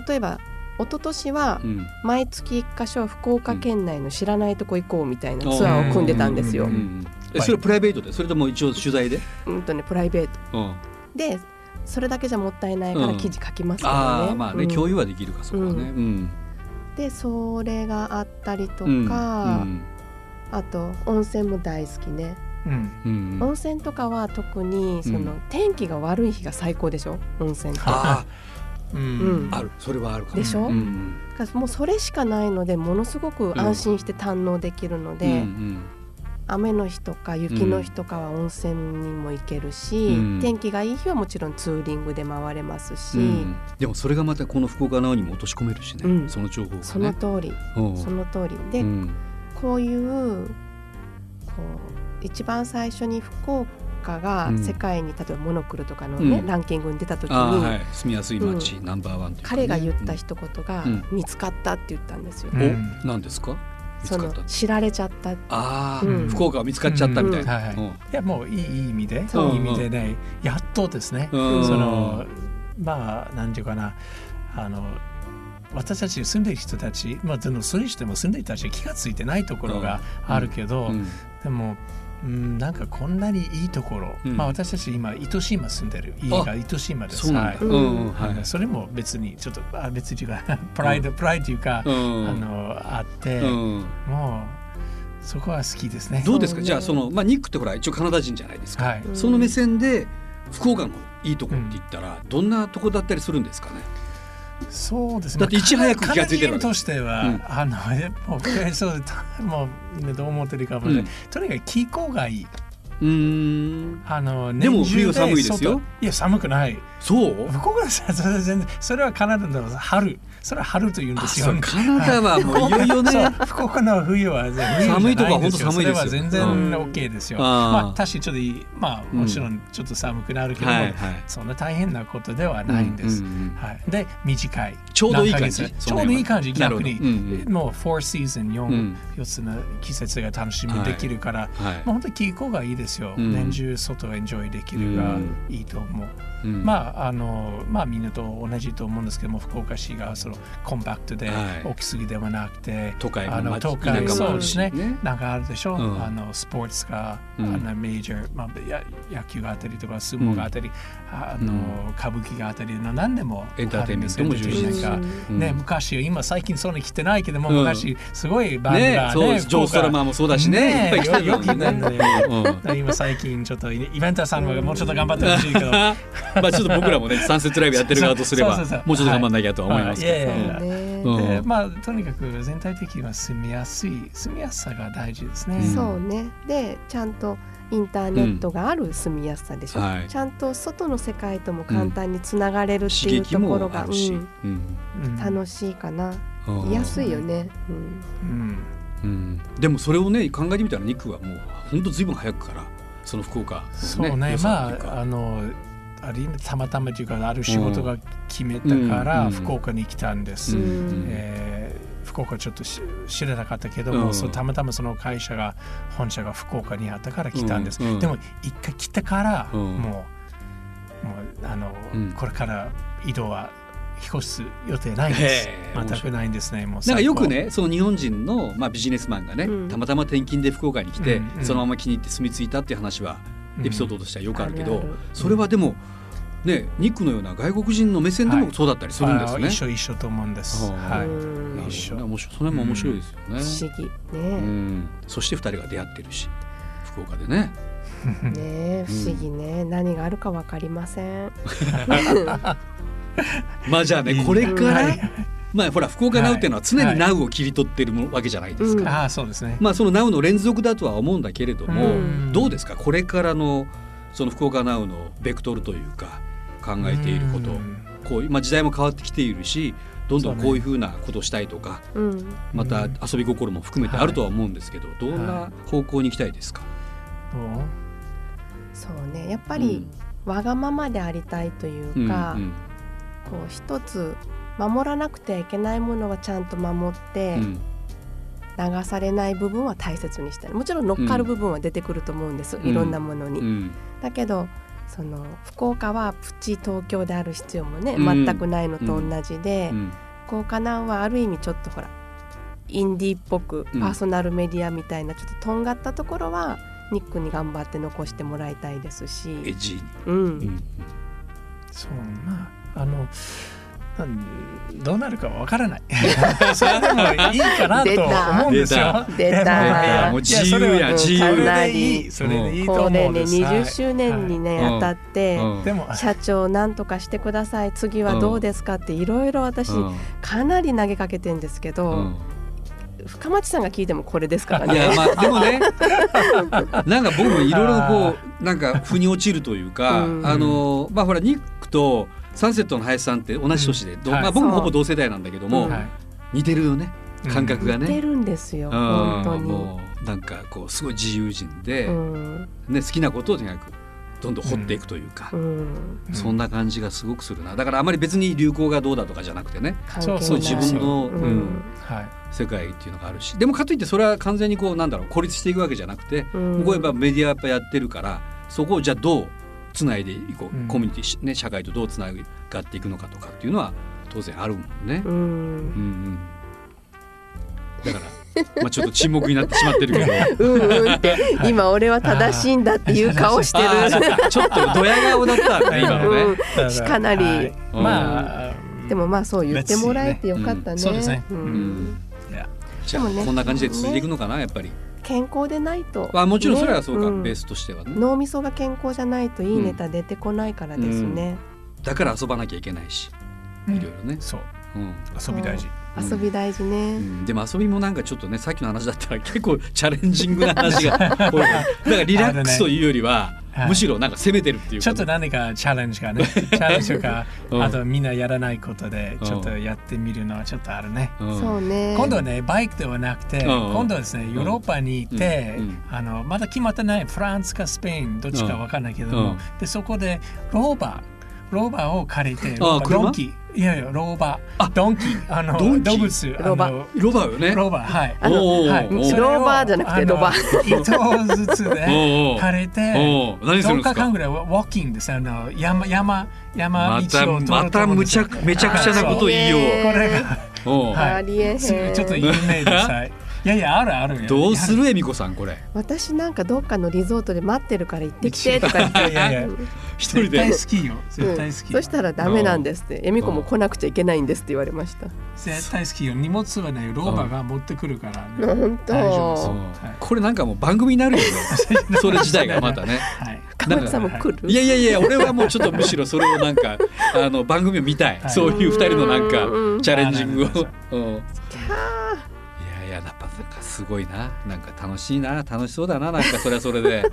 Speaker 3: 例えば一昨年は
Speaker 2: うん
Speaker 3: 毎月一箇所福岡県内の知らないとこ行こうみたいなツアーを組んでたんですよ。
Speaker 2: う
Speaker 3: うんん
Speaker 2: えそれはプライベートでそれとも一応取材で、
Speaker 3: とねプライベート
Speaker 2: うんあ
Speaker 3: でそれだけじゃもったいないか
Speaker 2: う
Speaker 3: ら
Speaker 2: ん
Speaker 3: 記事書きますからね。
Speaker 2: あーまあね、
Speaker 3: うん
Speaker 2: 共有はできるかそこはね。うん
Speaker 3: でそれがあったりとか、
Speaker 2: うん
Speaker 3: あと温泉も大好きね、
Speaker 4: うん
Speaker 2: うんうん
Speaker 3: 温泉とかは特にその、
Speaker 2: うん
Speaker 3: 天気が悪い日が最高でしょ温泉って。
Speaker 2: あ
Speaker 4: う
Speaker 3: うん
Speaker 4: ん
Speaker 2: ああるそれはあるかも
Speaker 3: でしょ、
Speaker 2: うん
Speaker 3: だからもうそれしかないのでものすごく安心して堪能できるので、
Speaker 2: うんうん
Speaker 3: 雨の日とか雪の日とかは温泉にも行けるし、
Speaker 2: うん
Speaker 3: 天気がいい日はもちろんツーリングで回れますし、
Speaker 2: うん、でもそれがまたこの福岡直にも落とし込めるしね、
Speaker 3: うん
Speaker 2: その情報がね。
Speaker 3: その通り、
Speaker 2: うん
Speaker 3: その通りで、
Speaker 2: うん
Speaker 3: こういうこう一番最初に福岡が
Speaker 2: うん
Speaker 3: 世界に、例えばモノクロとかのね、
Speaker 2: うん
Speaker 3: ランキングに出た時に、
Speaker 2: あーはい、住みやすい街、ナンバーワンというかね、
Speaker 3: 彼が言った一言が、
Speaker 2: うん
Speaker 3: 見つかったって言ったんですよ。
Speaker 4: う
Speaker 2: うんん、お何ですか見つ
Speaker 3: そ
Speaker 2: かっ
Speaker 3: の
Speaker 2: た
Speaker 3: 知られちゃったって
Speaker 2: ああ、
Speaker 3: うん
Speaker 2: 福岡は見つかっちゃったみたいな、
Speaker 4: うんいやもういいいい意味で、
Speaker 3: そう
Speaker 4: いい意味でねやっとですね、
Speaker 2: うん
Speaker 4: そのまあなんていうかなあの私たち住んでいる人たち、まあ、でもそれにしても住んでいる人たちは気が付いてないところがあるけど、
Speaker 2: うんうん
Speaker 4: でも、うん、なんかこんなにいいところ、
Speaker 2: うん
Speaker 4: まあ、私たち今糸島住んでる家が糸島です
Speaker 2: そうなんだ、
Speaker 4: はい
Speaker 2: うんうん
Speaker 4: あ
Speaker 2: はい
Speaker 4: のそれも別にちょっとあ別にというか プライド、プライドというか、
Speaker 2: うん
Speaker 4: あのあって、
Speaker 2: うん
Speaker 4: もうそこは好きですね。
Speaker 2: どうですか、
Speaker 3: そうね
Speaker 2: じゃあその、まあ、ニックってほら一応カナダ人じゃないですか、
Speaker 4: はい
Speaker 3: うん
Speaker 2: その目線で福岡のいいところって言ったら、どんなとこだったりするんですかね、
Speaker 4: そうですね。
Speaker 2: だっていち早く
Speaker 4: カナ
Speaker 2: 気がついてるわ
Speaker 4: カナ
Speaker 2: け
Speaker 4: ダ人としては、
Speaker 2: うん
Speaker 4: あのえもうえそうもうみんなどう思ってるかもね、
Speaker 2: うん
Speaker 4: とにかく気候がいい。
Speaker 2: うーん
Speaker 4: あの
Speaker 2: でも
Speaker 4: 年中
Speaker 2: 冬寒いですよ
Speaker 4: 外いや寒くない。
Speaker 2: そう
Speaker 4: 福岡さそれ全然それはカナダの春。それは春と言うんで
Speaker 2: あ
Speaker 4: す
Speaker 2: そ
Speaker 4: よ
Speaker 2: う。カナダはもういよいよ
Speaker 4: そう
Speaker 2: ね
Speaker 4: 福岡の冬は冬じゃないんですよ
Speaker 2: 寒いとこは本当寒いですよ
Speaker 4: それは全
Speaker 2: う
Speaker 4: 然
Speaker 3: ん
Speaker 4: OK ですよ。
Speaker 2: あー
Speaker 4: まあ確かにちょっといいまあもちろんちょっと寒くなるけども、
Speaker 2: はいはい
Speaker 4: そんな大変なことではないんで
Speaker 2: う
Speaker 4: す。
Speaker 2: んうんうん
Speaker 4: はい、で短い
Speaker 2: ちょうどいい感じ
Speaker 4: 何ヶ月
Speaker 2: そ
Speaker 4: ち
Speaker 2: の
Speaker 4: ょうど
Speaker 2: 辺はい
Speaker 4: い感じ
Speaker 2: なるほ
Speaker 4: 逆
Speaker 2: ど
Speaker 4: に、
Speaker 2: うんうん
Speaker 4: もう4シーズン4、
Speaker 2: うん
Speaker 4: 4つの季節が楽しみできるから、
Speaker 2: はい
Speaker 4: もう本当に気候がいいですよ、
Speaker 2: うん
Speaker 4: 年中外をエンジョイできるがいいと思う、
Speaker 2: うん
Speaker 4: まああのまあみんなと同じと思うんですけども福岡市がそのコンパクトで
Speaker 2: はい
Speaker 4: 大きすぎではなくて、
Speaker 2: 都会も
Speaker 4: あの
Speaker 2: 街
Speaker 4: 都会
Speaker 2: 田舎もあ
Speaker 4: そう
Speaker 2: る
Speaker 4: で
Speaker 2: し
Speaker 4: す
Speaker 2: ね
Speaker 4: ねなんかあるでしょ、
Speaker 2: うん
Speaker 4: あのスポーツが、
Speaker 2: うん
Speaker 4: あのメジャー、まあ、や野球があったりとか相撲があったり、あの歌舞伎があったりの何でも
Speaker 2: エンターテインメントも充実
Speaker 4: なんか、
Speaker 2: うん
Speaker 4: ね、昔今最近そんな来てないけども、
Speaker 2: うん
Speaker 4: 昔すごいバンド
Speaker 2: ね
Speaker 4: が
Speaker 2: そう
Speaker 4: ね
Speaker 2: ですジョーストラマーもそうだしねいっ ぱい来てる
Speaker 4: よく
Speaker 2: もんね うんうん
Speaker 4: 今最近ちょっとイベンターさんはもうちょっと頑張ってほしいけど
Speaker 2: まあちょっと僕らもねサンセットライブやってる側とすれば
Speaker 4: そうそうそう
Speaker 2: もうちょっと頑張んなきゃとは思います
Speaker 4: はい
Speaker 2: け
Speaker 4: いやいやい
Speaker 2: ど
Speaker 3: そう
Speaker 4: や
Speaker 3: ね
Speaker 2: うん
Speaker 4: でまあとにかく全体的には住みやすい住みやすさが大事ですね。
Speaker 2: うん
Speaker 3: そうねでちゃんとインターネットがある住みやすさでしょ、
Speaker 2: うんはい
Speaker 3: ちゃんと外の世界とも簡単につながれるって
Speaker 2: 刺
Speaker 3: いう
Speaker 2: 激
Speaker 3: ところ
Speaker 2: も
Speaker 3: が、
Speaker 2: あ
Speaker 3: う
Speaker 2: るし
Speaker 3: ん
Speaker 2: うん
Speaker 4: うん
Speaker 3: 楽しいかな、
Speaker 2: うん
Speaker 3: 居やすいよね、うん
Speaker 4: うん
Speaker 2: うんでもそれをね考えてみたらニックはもうほんとずいぶん早くからその福岡
Speaker 4: そう
Speaker 2: の
Speaker 4: ね
Speaker 2: 良さっ
Speaker 4: ま
Speaker 2: ていうか
Speaker 4: ああのある意味たまたまというかある仕事が決めたから、
Speaker 2: うん
Speaker 4: 福岡に来たんです、
Speaker 2: うん
Speaker 3: うん
Speaker 4: えー福岡ちょっとし知らなかったけども、
Speaker 2: うん
Speaker 4: そうたまたまその会社が本社が福岡にあったから来たんです、
Speaker 2: うんうん
Speaker 4: でも一回来たから、
Speaker 2: うん
Speaker 4: もうもうあの、
Speaker 2: うん
Speaker 4: これから移動は引っ越す予定ないんです
Speaker 2: へー
Speaker 4: 全くないんですねもう
Speaker 2: なんか
Speaker 4: 最
Speaker 2: よ
Speaker 4: 高
Speaker 2: くねその日本人の、まあ、ビジネスマンがね、
Speaker 3: うん
Speaker 2: たまたま転勤で福岡に来て、
Speaker 4: うんうん
Speaker 2: そのまま気に入って住み着いたっていう話はエピソードとしてはよくあるけ
Speaker 3: う
Speaker 2: ど、
Speaker 3: んあるある
Speaker 2: それはでも、ねニックのような外国人の目線で
Speaker 4: は
Speaker 2: も
Speaker 4: い
Speaker 2: そうだったりするんです
Speaker 4: あ
Speaker 2: ね。
Speaker 4: ー一緒一緒と思うんです。
Speaker 2: はあ
Speaker 4: はい。
Speaker 3: うん
Speaker 2: なるほどね
Speaker 4: 一緒
Speaker 2: 面白いそれも面白いですよね。
Speaker 3: 不思議
Speaker 2: う
Speaker 3: ね
Speaker 2: ん、そして二人が出会ってるし福岡でね
Speaker 3: ね不思議ね何があるかわかりません
Speaker 2: まあじゃあねこれか
Speaker 4: は
Speaker 2: ら
Speaker 4: い
Speaker 2: まあほら福岡ナウっていうのは常
Speaker 4: は
Speaker 2: に
Speaker 4: い
Speaker 2: ナウを切り取ってるもわけじゃないですか、
Speaker 3: うん
Speaker 4: ああそうですね。
Speaker 2: まあそのナウの連続だとは思うんだけれども、
Speaker 3: うん
Speaker 2: どうですかこれからのその福岡ナウのベクトルというか考えていること、
Speaker 4: うん
Speaker 2: こう今時代も変わってきているしどんどんこういうふうなことをしたいとか、
Speaker 3: うん
Speaker 2: また
Speaker 4: うん
Speaker 2: 遊び心も含めてあるとは思うんですけど、どんな方向に行きたいですか、
Speaker 4: どう
Speaker 3: そうねやっぱりわがままでありたいというか、
Speaker 2: うん
Speaker 3: こう一つ守らなくてはいけないものはちゃんと守って、
Speaker 2: うんうん
Speaker 3: 流されない部分は大切にしたいもちろん乗っかる部分は出てくると思うんです、
Speaker 2: ん
Speaker 3: いろんなものに、
Speaker 2: うん
Speaker 3: だけどその福岡はプチ東京である必要もね、
Speaker 2: うん
Speaker 3: 全くないのと同じで、
Speaker 2: うん
Speaker 3: 福岡南はある意味ちょっとほらインディーっぽく
Speaker 2: うん
Speaker 3: パーソナルメディアみたいなちょっととんがったところはニックに頑張って残してもらいたいです
Speaker 2: エッ
Speaker 3: し、
Speaker 2: ジーに
Speaker 3: うん
Speaker 2: うん
Speaker 4: そうまああのなんどうなるかわからない。 それでもいいかな
Speaker 3: 出
Speaker 4: と
Speaker 3: た
Speaker 4: 思うんですよ。
Speaker 3: 出た
Speaker 4: でもいや
Speaker 2: もう自由や
Speaker 4: い
Speaker 2: 自
Speaker 4: それ
Speaker 2: 由
Speaker 3: や
Speaker 4: でいいそれでいいと
Speaker 3: こ
Speaker 4: 思
Speaker 3: れ
Speaker 4: うん
Speaker 3: ね
Speaker 4: です。
Speaker 3: 20周年に
Speaker 4: は
Speaker 3: ね、
Speaker 2: はい
Speaker 3: 当たって、
Speaker 2: うん
Speaker 4: いでもあ
Speaker 3: 社長なんとかしてください次はどうですかっていろいろ私
Speaker 2: うん
Speaker 3: かなり投げかけてんですけど、
Speaker 2: うん
Speaker 3: 深町さんが聞いてもこれですから
Speaker 2: い
Speaker 3: ね。
Speaker 2: やまあでもねなんか僕もいろいろこうなんか腑に落ちるというか、
Speaker 3: うん
Speaker 2: あのまあほらニックとサンセットの林さんって同じ年で、ど
Speaker 4: はい
Speaker 2: まあ、僕も
Speaker 3: そう
Speaker 2: ほぼ同世代なんだけども、
Speaker 3: うん
Speaker 4: はい
Speaker 2: 似てるよね感覚が
Speaker 3: 似て
Speaker 2: ね。
Speaker 3: るんですよ、
Speaker 2: うん
Speaker 3: 本
Speaker 2: もうなんかこうすごい自由人で、
Speaker 3: 当に。うん、
Speaker 2: ね、好きなことをとにかくどんどん掘っていくというか、
Speaker 3: うん、
Speaker 4: うん
Speaker 2: そんな感じがすごくするなだからあまり別に流行がどうだとかじゃなくてね
Speaker 3: 関係
Speaker 4: そ
Speaker 3: な
Speaker 4: う
Speaker 3: い
Speaker 4: そう自分
Speaker 2: の
Speaker 3: うん
Speaker 2: うん
Speaker 4: はい
Speaker 2: 世界っていうのがあるしでもかといってそれは完全にこうなんだろう孤立していくわけじゃなくて、
Speaker 3: うん
Speaker 2: 僕はやっぱメディアやっぱやってるからそこをじゃあどうつないでいこう、
Speaker 4: うん
Speaker 2: コミュニティしね社会とどうつながっていくのかとかっていうのは当然あるもんね。
Speaker 3: う
Speaker 2: うん
Speaker 3: ん
Speaker 2: うんだ から、まあ、ちょっと沈黙になってしまってるけど
Speaker 3: うんうんって今俺は正しいんだっていう顔して
Speaker 2: あーそ
Speaker 3: る
Speaker 2: うかちょっとドヤ顔だったね今のね。
Speaker 3: うん
Speaker 4: だら
Speaker 3: かなり
Speaker 4: はいまあ
Speaker 3: でもまあそう言ってもらえてよかったね。
Speaker 4: うんそうですね
Speaker 3: う
Speaker 2: うんん
Speaker 4: いや
Speaker 2: じゃあ、
Speaker 3: でもね
Speaker 2: こんな感じで続いていくのかなやっぱり。
Speaker 3: 健康でないと、
Speaker 2: まあもちろんそれはそうか、
Speaker 3: ねん
Speaker 2: ベースとしてはね。
Speaker 3: 脳みそが健康じゃないといいネタ出てこないからですね、
Speaker 2: だから遊ばなきゃいけないし、いろいろね。
Speaker 4: そう
Speaker 2: うん
Speaker 4: 遊び大事
Speaker 2: うん
Speaker 3: 遊び大事ね、
Speaker 2: うんでも遊びもなんかちょっとねさっきの話だったら 結構チャレンジングな話 が多いからだからリラックスというよりは、
Speaker 4: あるね
Speaker 2: むしろなんか攻めてるっていう
Speaker 4: ちょ
Speaker 2: か
Speaker 4: っと何かチャレンジ がねチャレンジとか
Speaker 2: うん
Speaker 4: あとみんなやらないことで
Speaker 2: うん
Speaker 4: ちょっとやってみるのはちょっとあるね
Speaker 2: うん
Speaker 3: そうね
Speaker 4: 今度はねバイクではなく
Speaker 2: ん
Speaker 4: て今度はですねヨーロッパに行って
Speaker 2: うん
Speaker 4: あのまだ決まってないフランスかスペインどっちかわかんないけど
Speaker 2: うん
Speaker 4: もでそこでローバーローバーを借りて
Speaker 2: あ
Speaker 4: ローバー
Speaker 2: 車
Speaker 4: ドンキいやいやローバ
Speaker 2: あ
Speaker 4: ードンキあの
Speaker 2: ドンキ
Speaker 4: 動物あの
Speaker 3: ロバー
Speaker 2: ロバよね
Speaker 4: ローバーはい
Speaker 2: おーおー
Speaker 4: はい
Speaker 2: おー
Speaker 4: それを
Speaker 3: ローバーじゃなくて
Speaker 4: あの
Speaker 3: ロバ
Speaker 4: 一頭ずつ で
Speaker 2: おーおー
Speaker 4: 枯れて
Speaker 2: おう何するんで
Speaker 4: 10
Speaker 2: すか
Speaker 4: 日間ぐらいはウォーキングですあの山山山
Speaker 2: ま
Speaker 4: 道を
Speaker 2: た
Speaker 4: 通ろうと思
Speaker 2: ま
Speaker 4: って
Speaker 2: たむちゃ
Speaker 4: こ
Speaker 2: くめちゃくちゃなこと言いよ
Speaker 3: あー
Speaker 4: れが
Speaker 2: うおう
Speaker 4: はい
Speaker 3: ありえへん
Speaker 4: すちょっと有名ですはいいやいやあるある
Speaker 2: どうす
Speaker 4: い
Speaker 2: る恵美子さんこれ
Speaker 3: 私なんかどっかのリゾートで待ってるから行ってきてとか言って
Speaker 4: やいやいや
Speaker 2: 一人
Speaker 4: 絶対
Speaker 2: で
Speaker 4: 好きよ絶対好き
Speaker 3: そしたらダメなんですって恵美子も来なくちゃいけないんですって言われました
Speaker 4: 絶対好きよ荷物はねローバーが持ってくるからね
Speaker 3: 本
Speaker 4: 大丈夫
Speaker 2: おう
Speaker 3: 当
Speaker 4: はい
Speaker 2: これなんかもう番組になるよねそれ自体がまたね
Speaker 4: はい
Speaker 3: 深町さんも来る
Speaker 2: いやいやいや俺はもうちょっとむしろそれをなんかあの番組を見たい、
Speaker 4: はい
Speaker 2: そういう二人のなんか
Speaker 3: うん
Speaker 2: チャレンジングを
Speaker 4: あなる。
Speaker 2: うんいやいややっぱなんかすごいななんか楽しいな楽しそうだななんかそれはそれで。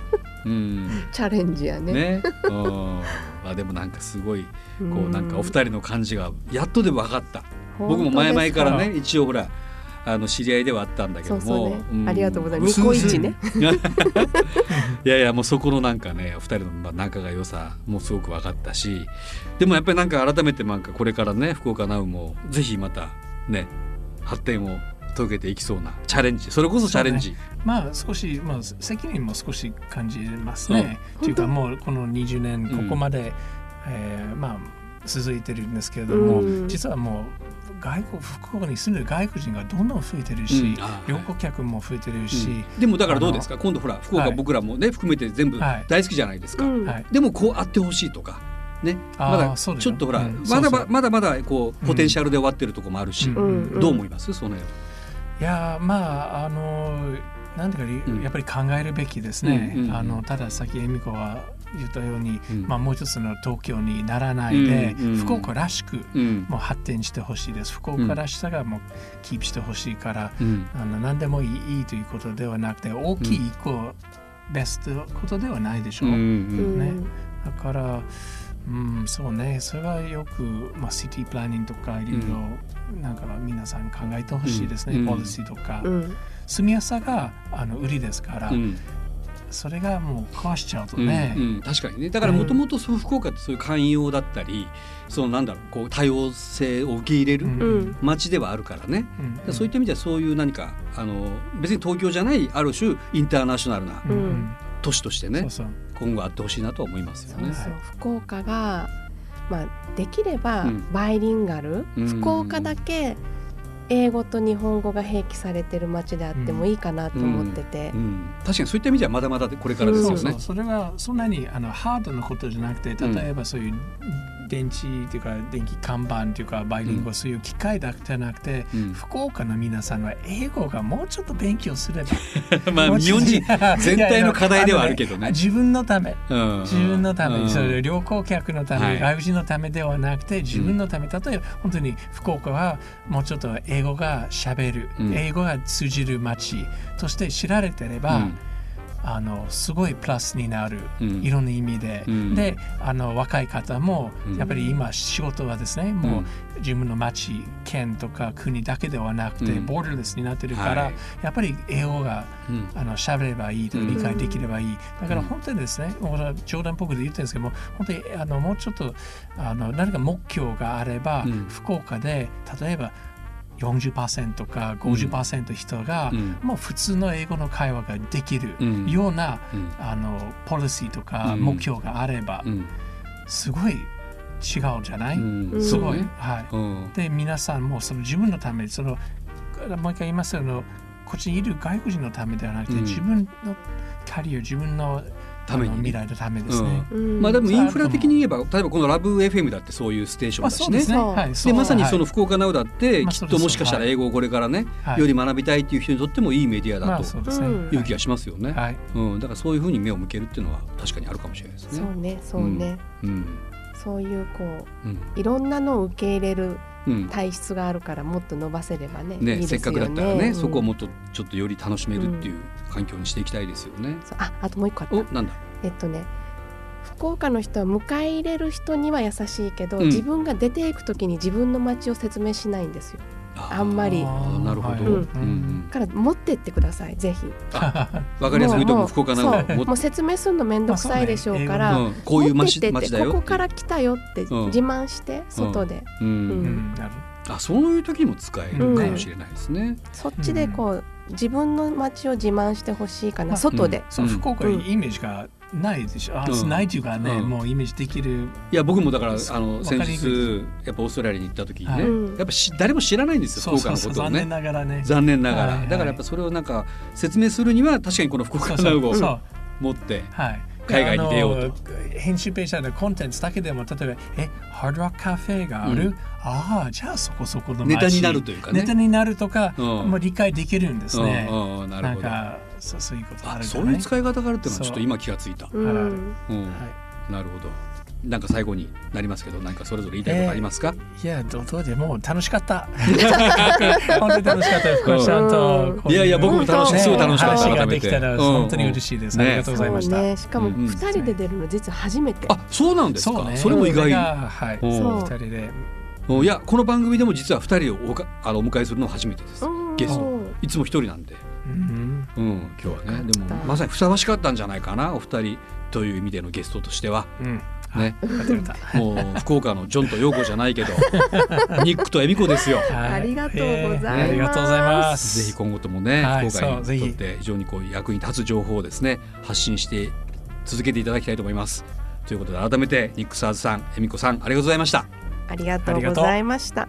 Speaker 2: うん
Speaker 3: チャレンジやね
Speaker 2: ね、うんまあでもなんかすごいこうなんかお
Speaker 3: 人
Speaker 2: 二人の感じがやっとでも分かった僕も前々からね一応ほらあの知り合いではあったんだけども
Speaker 3: そうそうね
Speaker 2: ん
Speaker 3: ありがとうございますニコイチね
Speaker 2: うすうす いやいやもうそこのなんかねお二人のまあ仲が良さもすごく分かったしでもやっぱりなんか改めてなんかこれからね福岡ナウもぜひまたね発展を遂げていきそうなチャレンジそれこそチャレンジ
Speaker 4: まあ少し、まあ、責任も少し感じますね。
Speaker 3: うん
Speaker 4: というか
Speaker 3: 本当
Speaker 4: もうこの20年
Speaker 2: うん
Speaker 4: ここまで、えーまあ続いてるんですけれども、
Speaker 3: うん
Speaker 4: 実はもう外国福岡に住んでる外国人がどんどん増えてる
Speaker 2: う
Speaker 4: し
Speaker 2: んあ、
Speaker 4: 旅行客も増えてるし、
Speaker 2: うんでもだからどうですか今度ほら福岡
Speaker 4: はい
Speaker 2: 僕らもね含めて全部
Speaker 4: はい
Speaker 2: 大好きじゃないですか、
Speaker 3: うん
Speaker 4: はい
Speaker 2: でもこうあってほしいとかね、
Speaker 4: あー
Speaker 2: まだち
Speaker 4: そうだよ
Speaker 2: ょっとほら、
Speaker 4: うん
Speaker 2: まだ
Speaker 4: そう
Speaker 2: ま
Speaker 4: そう
Speaker 2: まだまだこうポテンシャルで終わってるとこもあるし、
Speaker 4: うん
Speaker 3: うん
Speaker 2: どう思いますその辺は。
Speaker 4: いやーまああのなんていうか、
Speaker 2: うん
Speaker 4: やっぱり考えるべきですね、
Speaker 2: うんうんうん
Speaker 4: あのたださっき恵美子は言ったように、
Speaker 2: うん
Speaker 4: まあ、もう一つの東京にならないで、
Speaker 2: うんうん
Speaker 4: 福岡らしく
Speaker 2: うん
Speaker 4: もう発展してほしいです福岡らしさがもうキープしてほしいから、
Speaker 2: うん
Speaker 4: あの何でもいいいいということではなくて大きい一個、ベストことではないでしょ
Speaker 2: う
Speaker 4: う、
Speaker 2: ん
Speaker 4: ね
Speaker 3: うん
Speaker 4: だから、うん、そうね、それはよく、まあ、シティプランニングとか、いろいろ、なんか皆さん考えてほしいですね、
Speaker 2: うん
Speaker 4: ポリシーとか。
Speaker 3: うん
Speaker 4: 住みやすさがあの売りですから、
Speaker 2: うん
Speaker 4: それがもう壊しちゃうと
Speaker 2: うん
Speaker 4: ね、
Speaker 2: うん確かにねだからもともと福岡ってそういう寛容だったりそのなんだろうこう多様性を受け入れる
Speaker 4: うん
Speaker 3: うん
Speaker 2: 街ではあるからね、
Speaker 4: うん
Speaker 2: でそういった意味ではそういう何かあの別に東京じゃないある種インターナショナルな
Speaker 4: うん
Speaker 2: 都市として
Speaker 4: うん
Speaker 2: ね、
Speaker 4: そうそう
Speaker 2: 今後あってほしいなとは思いますよ
Speaker 3: そう
Speaker 2: ね。
Speaker 3: そう
Speaker 4: は
Speaker 3: 福岡が、まあ、できれば
Speaker 2: うん
Speaker 3: バイリンガル、
Speaker 2: うん
Speaker 3: 福岡だけ英語と日本語が併記されてる街であってもいいかなと思ってて、
Speaker 2: うん、確かにそういった意味ではまだまだでこれからです
Speaker 4: そ
Speaker 2: よ
Speaker 4: うそ
Speaker 2: ね
Speaker 4: う。それはそんなにあのハードなことじゃなくて
Speaker 2: うん
Speaker 4: 例えばそういう電池というか電気看板というかバイリンゴ、
Speaker 2: うん
Speaker 4: そういう機械だけじゃなくて、
Speaker 2: うん
Speaker 4: 福岡の皆さんは英語がもうちょっと勉強すれば
Speaker 2: まあ
Speaker 4: もう
Speaker 2: 日
Speaker 4: ちょっ
Speaker 2: 本
Speaker 4: と
Speaker 2: 人全体の課題ではあるけど
Speaker 4: いやいやあのね
Speaker 2: ね。
Speaker 4: 自分のため
Speaker 2: うん
Speaker 4: 自分のため
Speaker 2: うん
Speaker 4: にそれ旅行客のため、
Speaker 2: はい
Speaker 4: 外国人のためではなくて自分のため、例えば本当に福岡はもうちょっと英語がしゃべる、
Speaker 2: うん
Speaker 4: 英語が通じる街として知られてれば、あのすごいプラスになる、
Speaker 2: うん
Speaker 4: いろんな意味で、
Speaker 2: うん
Speaker 4: であの若い方も
Speaker 2: うん
Speaker 4: やっぱり今仕事はですね、もう自分の町県とか国だけではなくて、
Speaker 2: うん
Speaker 4: ボーダーレスになってるから、
Speaker 2: はい
Speaker 4: やっぱり英語が
Speaker 2: うん
Speaker 4: あの喋ればいいと
Speaker 2: うん
Speaker 4: 理解できればいい、だから
Speaker 2: うん
Speaker 4: 本当にですね俺は冗談っぽくで言ってるんですけども本当にあのもうちょっとあの何か目標があれば、
Speaker 2: うん
Speaker 4: 福岡で例えば40%か50%人が、
Speaker 2: うん
Speaker 4: もう普通の英語の会話ができる
Speaker 2: うん
Speaker 4: ような、
Speaker 2: うん
Speaker 4: あのポリシーとか
Speaker 2: うん
Speaker 4: 目標があれば、
Speaker 2: うん
Speaker 4: すごい違うじゃない、
Speaker 2: うん
Speaker 3: うん
Speaker 4: す
Speaker 2: そう
Speaker 4: ごい、
Speaker 2: ね。
Speaker 4: はい、
Speaker 2: うん
Speaker 4: で皆さんもその自分のためそのもう一回言いますけどこっちにいる外国人のためではなくて、
Speaker 2: うん
Speaker 4: 自分のキャリア自分の
Speaker 2: ために
Speaker 4: あの
Speaker 2: ね
Speaker 4: 未来のためですね。
Speaker 3: うん
Speaker 2: まあでもインフラ的に言えば例えばこのラブ FM だってそういうステーション
Speaker 4: まあ
Speaker 2: だ
Speaker 4: そ
Speaker 2: し
Speaker 4: うで
Speaker 2: ね
Speaker 4: す。ね。
Speaker 3: そう
Speaker 4: はい、
Speaker 2: でまさにその
Speaker 4: は
Speaker 2: 福岡なおだって
Speaker 4: まあ
Speaker 2: き
Speaker 4: そ
Speaker 2: っ
Speaker 4: うで
Speaker 2: と
Speaker 4: す
Speaker 2: もしかしたら
Speaker 4: はい
Speaker 2: 英語をこれからね
Speaker 4: いはい
Speaker 2: より学びたいっていう人にとってもいいメディア
Speaker 4: ま
Speaker 2: だ
Speaker 4: あ
Speaker 2: と
Speaker 4: そうですね。
Speaker 3: うん
Speaker 2: いう気がしますよね。
Speaker 4: はい。
Speaker 2: うん、だからそういうふうに目を向けるっていうのは確かにあるかもしれないです
Speaker 3: そ
Speaker 2: ね。
Speaker 3: うねそうね、
Speaker 2: うん、
Speaker 3: そういうこう
Speaker 2: うん、
Speaker 3: いろんなのを受け入れる
Speaker 2: うん、
Speaker 3: 体質があるからもっと伸ばせればねいい
Speaker 2: ね
Speaker 3: ですよね
Speaker 2: せっかくだったらね、
Speaker 3: うん
Speaker 2: そこをもっとちょっとより楽しめるっていう環境にしていきたいですよね。
Speaker 3: そうああともう一個あった
Speaker 2: お、なんだ。
Speaker 3: えっとね福岡の人は迎え入れる人には優しいけど、
Speaker 2: うん
Speaker 3: 自分が出ていく時に自分の街を説明しないんですよ
Speaker 2: ー
Speaker 3: あんまり
Speaker 2: あーなるほど。
Speaker 3: うん
Speaker 2: うんうん
Speaker 3: だから持ってってくださいぜひ
Speaker 2: わかりやすく言うと
Speaker 3: も
Speaker 2: も
Speaker 3: う
Speaker 2: う福岡なので
Speaker 3: そう
Speaker 2: もっ
Speaker 3: もう説明するの面倒くさいでしょうから、
Speaker 2: うんこういう
Speaker 3: 持って
Speaker 2: 街
Speaker 3: ってって
Speaker 2: 街だよってい
Speaker 3: こ
Speaker 2: う。
Speaker 3: こから来たよって
Speaker 2: うん
Speaker 3: 自慢して、外で
Speaker 2: う。
Speaker 4: うんん、なる
Speaker 2: あ、そういう時にも使えるかもしれないですね。
Speaker 3: そっちでこう、自分の街を自慢してほしいかな、
Speaker 4: まあ
Speaker 3: 外で、
Speaker 4: そう
Speaker 2: うん
Speaker 4: 福岡
Speaker 3: うん
Speaker 4: イメージがないでしょ。あ
Speaker 2: うん
Speaker 4: ないというかね、
Speaker 2: うん
Speaker 4: もうイメージできる。
Speaker 2: いや僕もだから
Speaker 4: そう
Speaker 2: あの
Speaker 4: わかり
Speaker 2: 先
Speaker 4: にくい
Speaker 2: 日やっぱオーストラリアに行った時に
Speaker 4: はい
Speaker 2: ね、やっぱし誰も知らないんですよ
Speaker 4: そう
Speaker 2: 福岡
Speaker 4: そう
Speaker 2: の
Speaker 4: そ
Speaker 2: ことを
Speaker 4: う。残念
Speaker 2: ね。
Speaker 4: ながらね。
Speaker 2: 残念なが
Speaker 4: はいは
Speaker 2: ら
Speaker 4: い
Speaker 2: だからやっぱそれをなんか説明するには確かにこの福岡ナウ
Speaker 4: そ
Speaker 2: を
Speaker 4: うそう
Speaker 2: 持って
Speaker 4: はい、
Speaker 2: 海外に出ようと
Speaker 4: あの編集ページのコンテンツだけでも例えば「えハードロックカフェがある、
Speaker 2: うん
Speaker 4: ああじゃあそこそこの街
Speaker 2: ネタになるというかね
Speaker 4: ネタになるとか、
Speaker 2: うん
Speaker 4: もう理解できるんですね、
Speaker 2: うんうんなる
Speaker 4: な
Speaker 2: ほ
Speaker 4: ん
Speaker 2: ど
Speaker 4: かそうそういうことあ
Speaker 2: あ
Speaker 4: るじ
Speaker 2: そ
Speaker 4: ゃ
Speaker 2: う
Speaker 4: ない
Speaker 2: いう使い方があるっていうのはちょっ
Speaker 4: そ
Speaker 2: と
Speaker 4: う
Speaker 2: 今気がついた、
Speaker 3: うん
Speaker 4: はい
Speaker 2: うんなるほどなんか最後になりますけど何かそれぞれ言いたいことありますか、
Speaker 4: いやどどうでも楽しかった 本当に楽しかった福岡さんとこう
Speaker 2: いやいや僕も楽し
Speaker 3: 本
Speaker 2: かっ
Speaker 3: 当
Speaker 2: たすごい楽しかった
Speaker 4: 話が
Speaker 2: 改め
Speaker 4: でき
Speaker 2: て
Speaker 4: たら
Speaker 2: うん
Speaker 4: 本当に嬉しいです、
Speaker 2: うん
Speaker 4: ありがとうございました、
Speaker 3: そうねしかも
Speaker 2: うん
Speaker 3: 2人で出るの実は初めて、
Speaker 2: あそうなんですかそ,、れも意
Speaker 4: そ
Speaker 2: 外
Speaker 4: れがはい
Speaker 2: うん
Speaker 3: そう
Speaker 4: 二人で
Speaker 2: うんいやこの番組でも実は2人をおかあのお迎えするのは初めてです、
Speaker 3: うん
Speaker 2: ゲストいつも1人なんで、
Speaker 4: うん
Speaker 2: うん、今日はね
Speaker 3: よか
Speaker 2: で
Speaker 3: った
Speaker 2: もまさにふさわしかったんじゃないかなお二人という意味でのゲストとしては
Speaker 4: うん
Speaker 2: ね
Speaker 4: 勝てるた
Speaker 2: もう福岡のジョンとヨーコじゃない けどニックとエミコですよ。
Speaker 4: はい
Speaker 3: ありがとうございます
Speaker 4: ありがとうございます。
Speaker 2: ぜひ今後ともね、
Speaker 4: はい
Speaker 2: 福岡
Speaker 4: そう
Speaker 2: に
Speaker 4: ぜひ
Speaker 2: とって非常にこう役に立つ情報をですね発信して続けていただきたいと思います。ということで改めてニックサーズさん、エミコさんありがとうございました。
Speaker 3: ありがとうございました